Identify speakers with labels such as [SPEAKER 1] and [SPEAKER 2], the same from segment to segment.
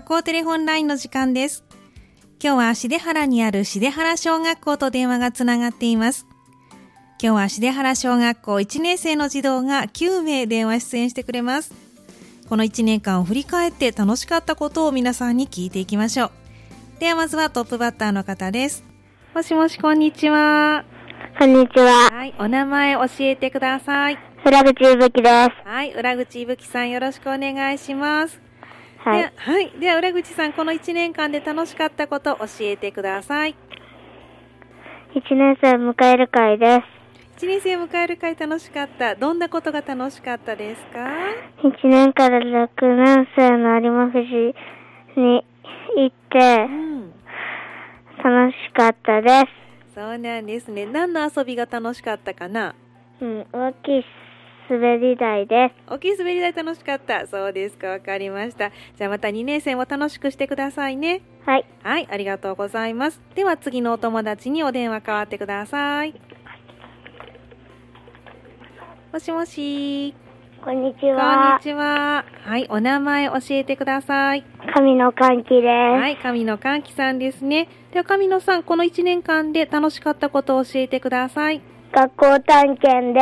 [SPEAKER 1] 校テレホンラインの時間です。今日はシデ原にあるシデ原小学校と電話がつながっています。今日はシデ原小学校1年生の児童が9名電話出演してくれます。この1年間を振り返って楽しかったことを皆さんに聞いていきましょう。ではまずはトップバッターの方です。もしもし、こんにちは。
[SPEAKER 2] こんにちは。
[SPEAKER 1] はい、お名前教えてください。
[SPEAKER 2] 裏口いぶきです。
[SPEAKER 1] はい、裏口いぶきさんよろしくお願いします。
[SPEAKER 2] はい。
[SPEAKER 1] はい、では裏口さん、この1年間で楽しかったこと教えてください。。
[SPEAKER 2] 1年生迎える会です
[SPEAKER 1] 1年生迎える会楽しかった。どんなことが楽しかったですか
[SPEAKER 2] ?1 年から6年生の有馬富士に行って、うん、楽しかったです。
[SPEAKER 1] そうなんですね。何の遊びが楽しかったかな
[SPEAKER 2] うん、大きい滑り台です。
[SPEAKER 1] 大きい滑り台楽しかった。そうですか、わかりました。じゃあまた2年生も楽しくしてくださいね。
[SPEAKER 2] はい。
[SPEAKER 1] はい、ありがとうございます。では次のお友達にお電話代わってください。もしもし。
[SPEAKER 2] こんにちは。
[SPEAKER 1] こんにちは。はい、お名前教えてください。、
[SPEAKER 2] 神野歓喜です。はい
[SPEAKER 1] 神野歓喜さんですね。では神野さん、この1年間で楽しかったことを教えてください。
[SPEAKER 2] 学校探検で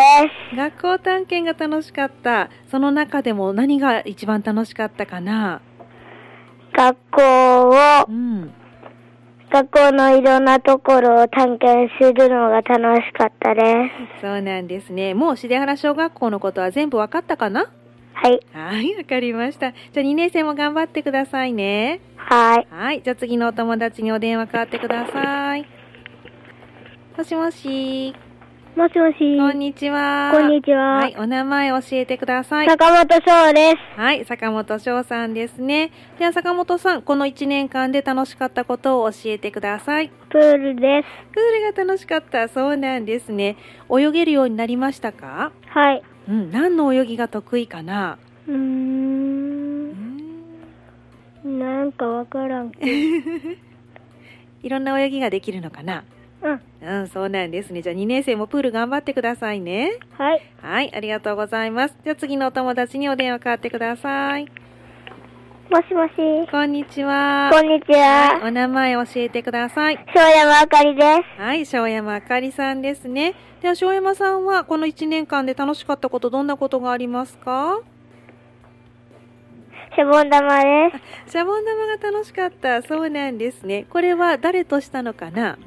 [SPEAKER 2] す。
[SPEAKER 1] 学校探検が楽しかった。その中でも何が一番楽しかったかな
[SPEAKER 2] 学校を、
[SPEAKER 1] うん、
[SPEAKER 2] 学校のいろんなところを探検するのが楽しかったです。
[SPEAKER 1] そうなんですね。もう重原小学校のことは全部わかったかな
[SPEAKER 2] はい。
[SPEAKER 1] はい、わかりました。じゃあ2年生も頑張ってくださいね。
[SPEAKER 2] はい。
[SPEAKER 1] はい、じゃあ次のお友達にお電話代わってください。もしもし。
[SPEAKER 3] もしもし。
[SPEAKER 1] こんにちは。
[SPEAKER 3] こんにちは。
[SPEAKER 1] はい、お名前教えてください。
[SPEAKER 2] 坂本翔です。
[SPEAKER 1] はい、坂本翔さんですね。では坂本さん、この1年間で楽しかったことを教えてください。
[SPEAKER 2] プールです。
[SPEAKER 1] プールが楽しかった。そうなんですね。泳げるようになりましたか
[SPEAKER 2] はい。
[SPEAKER 1] うん、何の泳ぎが得意かな
[SPEAKER 3] うーん。なんかわからん
[SPEAKER 1] いろんな泳ぎができるのかな
[SPEAKER 3] うん、
[SPEAKER 1] うん、そうなんですね。じゃあ2年生もプール頑張ってくださいね。
[SPEAKER 3] はい。
[SPEAKER 1] はい、ありがとうございます。じゃあ次のお友達にお電話代わってください。
[SPEAKER 4] もしもし。
[SPEAKER 1] こんにちは。
[SPEAKER 4] こんにちは。
[SPEAKER 1] はい、お名前教えてください。
[SPEAKER 4] 庄山あかりです。
[SPEAKER 1] はい、庄山あかりさんですね。では庄山さんはこの1年間で楽しかったこと、どんなことがありますか。
[SPEAKER 4] シャボン玉です
[SPEAKER 1] シャボン玉が楽しかった。そうなんですね。これは誰としたのかな。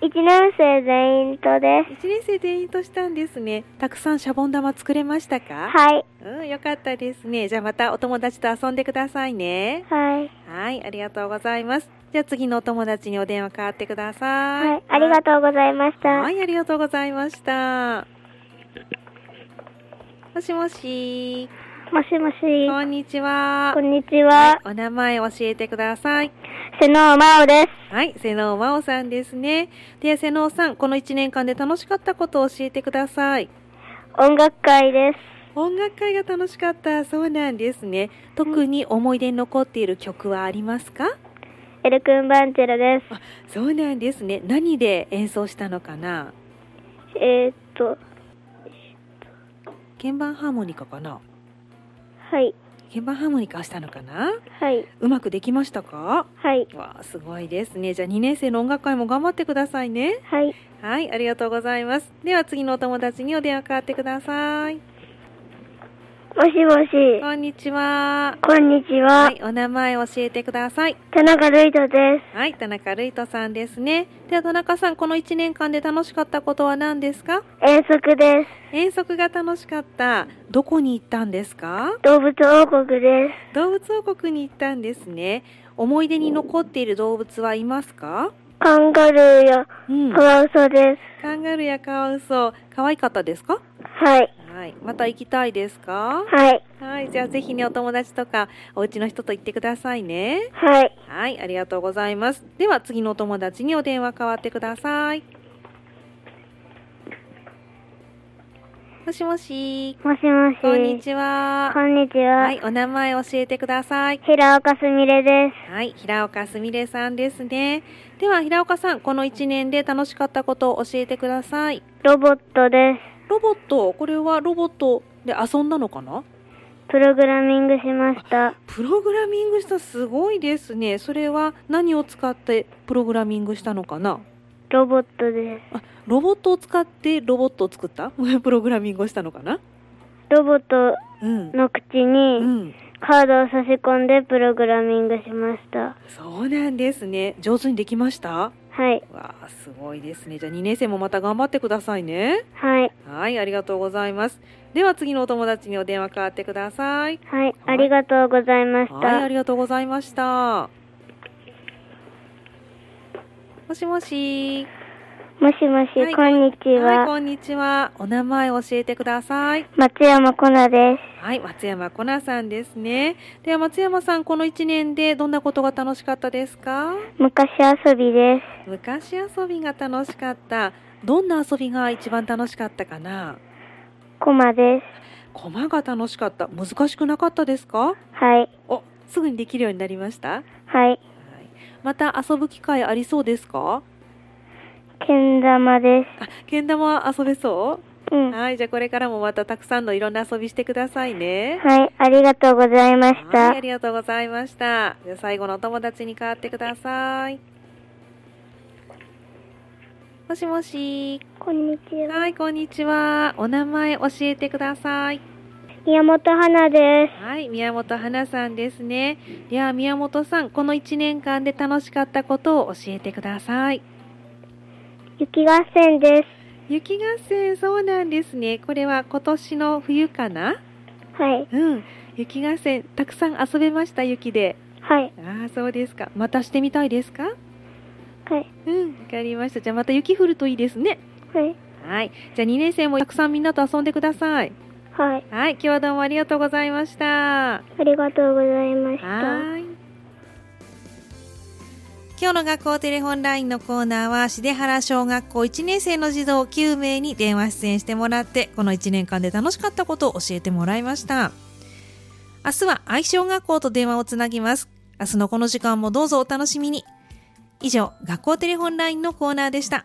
[SPEAKER 4] 一年生全員とです
[SPEAKER 1] 一年生全員としたんですね。たくさんシャボン玉作れましたか
[SPEAKER 4] はい。
[SPEAKER 1] うん、よかったですね。じゃあまたお友達と遊んでくださいね。
[SPEAKER 4] はい。
[SPEAKER 1] はい、ありがとうございます。じゃあ次のお友達にお電話代わってください。
[SPEAKER 4] はい、ありがとうございました。
[SPEAKER 1] はい、ありがとうございました。もしもし。
[SPEAKER 3] もしもし。
[SPEAKER 1] こんにちは。
[SPEAKER 3] こんにちは。
[SPEAKER 1] はい、お名前教えてください。
[SPEAKER 2] 瀬能真央です。
[SPEAKER 1] はい、瀬能真央さんですね。で、瀬能さん、この1年間で楽しかったことを教えてください。
[SPEAKER 2] 音楽会です。
[SPEAKER 1] 音楽会が楽しかった、そうなんですね。特に思い出に残っている曲はありますか、
[SPEAKER 2] うん、エルクンバンチェロです。あ
[SPEAKER 1] そうなんですね。何で演奏したのかな
[SPEAKER 2] えー、っと、
[SPEAKER 1] 鍵盤ハーモニカかな
[SPEAKER 2] はい。
[SPEAKER 1] 鍵盤ハーモニカしたのかな
[SPEAKER 2] はい。
[SPEAKER 1] うまくできましたか
[SPEAKER 2] はい。
[SPEAKER 1] わあ、すごいですね。じゃあ2年生の音楽会も頑張ってくださいね。
[SPEAKER 2] はい。
[SPEAKER 1] はい、ありがとうございます。では次のお友達にお電話代わってください。
[SPEAKER 4] もしもし。
[SPEAKER 1] こんにちは。
[SPEAKER 4] こんにちは。
[SPEAKER 1] はい、お名前教えてください。。
[SPEAKER 4] 田中瑠人です
[SPEAKER 1] はい、田中瑠人さんですね。では田中さん、この1年間で楽しかったことは何ですか
[SPEAKER 4] 遠足です。
[SPEAKER 1] 遠足が楽しかった。どこに行ったんですか
[SPEAKER 4] 動物王国です。
[SPEAKER 1] 動物王国に行ったんですね。思い出に残っている動物はいますか。
[SPEAKER 4] カンガルーやカワウソです
[SPEAKER 1] カンガルーやカワウソ、可愛かったですか
[SPEAKER 4] はい。
[SPEAKER 1] はい。また行きたいですか
[SPEAKER 4] はい。
[SPEAKER 1] はい。じゃあぜひね、お友達とか、お家の人と行ってくださいね。
[SPEAKER 4] はい。
[SPEAKER 1] はい。ありがとうございます。では、次のお友達にお電話代わってください。もしもし。
[SPEAKER 2] もしもし。
[SPEAKER 1] こんにちは。
[SPEAKER 2] こんにちは。
[SPEAKER 1] はい。お名前教えてください。
[SPEAKER 2] 平岡すみれです。
[SPEAKER 1] はい。平岡すみれさんですね。では、平岡さん、この1年で楽しかったことを教えてください。
[SPEAKER 2] ロボットです。
[SPEAKER 1] ロボット、これはロボットで遊んだのかな
[SPEAKER 4] プログラミングしました。
[SPEAKER 1] プログラミングしたすごいですね。それは何を使ってプログラミングしたのかな
[SPEAKER 4] ロボットです。
[SPEAKER 1] あ、ロボットを使ってロボットを作った プログラミングをしたのかな
[SPEAKER 4] ロボット
[SPEAKER 1] うん。
[SPEAKER 4] の口
[SPEAKER 1] う
[SPEAKER 4] に
[SPEAKER 1] ん。
[SPEAKER 4] カードを差し込んでプログラミングしました。
[SPEAKER 1] そうなんですね。上手にできました
[SPEAKER 4] はい。
[SPEAKER 1] わあ、すごいですね。じゃあ2年生もまた頑張ってくださいね。
[SPEAKER 4] はい。
[SPEAKER 1] はい、ありがとうございます。では次のお友達にお電話変わってください。
[SPEAKER 4] はい。ありがとうございまし
[SPEAKER 1] はい、あ
[SPEAKER 4] た。
[SPEAKER 1] りがとうございました。もしもし。
[SPEAKER 4] もしもし、
[SPEAKER 1] はい
[SPEAKER 4] こんにち
[SPEAKER 1] はい、
[SPEAKER 4] は。
[SPEAKER 1] こんにちは。お名前教えてください。
[SPEAKER 4] 松山コナです。
[SPEAKER 1] はい、松山コナさんですね。では松山さん、この1年でどんなことが楽しかったですか
[SPEAKER 4] 昔遊びです。
[SPEAKER 1] 昔遊びが楽しかった。どんな遊びが一番楽しかったかな
[SPEAKER 4] コマです。
[SPEAKER 1] 駒が楽しかった。難しくなかったですか
[SPEAKER 4] はい。
[SPEAKER 1] お、すぐにできるようになりました、はい、
[SPEAKER 4] はい。
[SPEAKER 1] また遊ぶ機会ありそうですか
[SPEAKER 4] けん玉で
[SPEAKER 1] あ、けん玉は遊べそ
[SPEAKER 4] す。う。
[SPEAKER 1] うん
[SPEAKER 4] は
[SPEAKER 1] はい、じゃあこれからもまたたくさんのいろんな遊びしてくださいね。
[SPEAKER 4] い。ありがとうございまし
[SPEAKER 1] は
[SPEAKER 4] た
[SPEAKER 1] い、あ。りがとうございました。じゃあ最後のお友達に代わってください。もしもし。
[SPEAKER 4] こんにちは。
[SPEAKER 1] はい、こんにちは。お名前教えてください。
[SPEAKER 4] 宮本花です。
[SPEAKER 1] はい、宮本花さんですね。では、宮本さん、この1年間で楽しかったことを教えてください。
[SPEAKER 4] 雪合戦です。
[SPEAKER 1] 雪合戦、そうなんですね。これは今年の冬かな
[SPEAKER 4] はい。
[SPEAKER 1] うん。雪合戦、たくさん遊べました、雪で。
[SPEAKER 4] はい。
[SPEAKER 1] ああ、そうですか。またしてみたいですか
[SPEAKER 4] はい。
[SPEAKER 1] うん、わかりました。じゃあまた雪降るといいですね。
[SPEAKER 4] はい。
[SPEAKER 1] はい。じゃあ2年生もたくさんみんなと遊んでください。
[SPEAKER 4] はい。
[SPEAKER 1] はい。今日はどうもありがとうございました。
[SPEAKER 4] ありがとうございました。
[SPEAKER 1] はい。今日の学校テレホンラインのコーナーは、重原小学校1年生の児童9名に電話出演してもらって、この1年間で楽しかったことを教えてもらいました。明日は愛小学校と電話をつなぎます。明日のこの時間もどうぞお楽しみに。以上、学校テレホンラインのコーナーでした。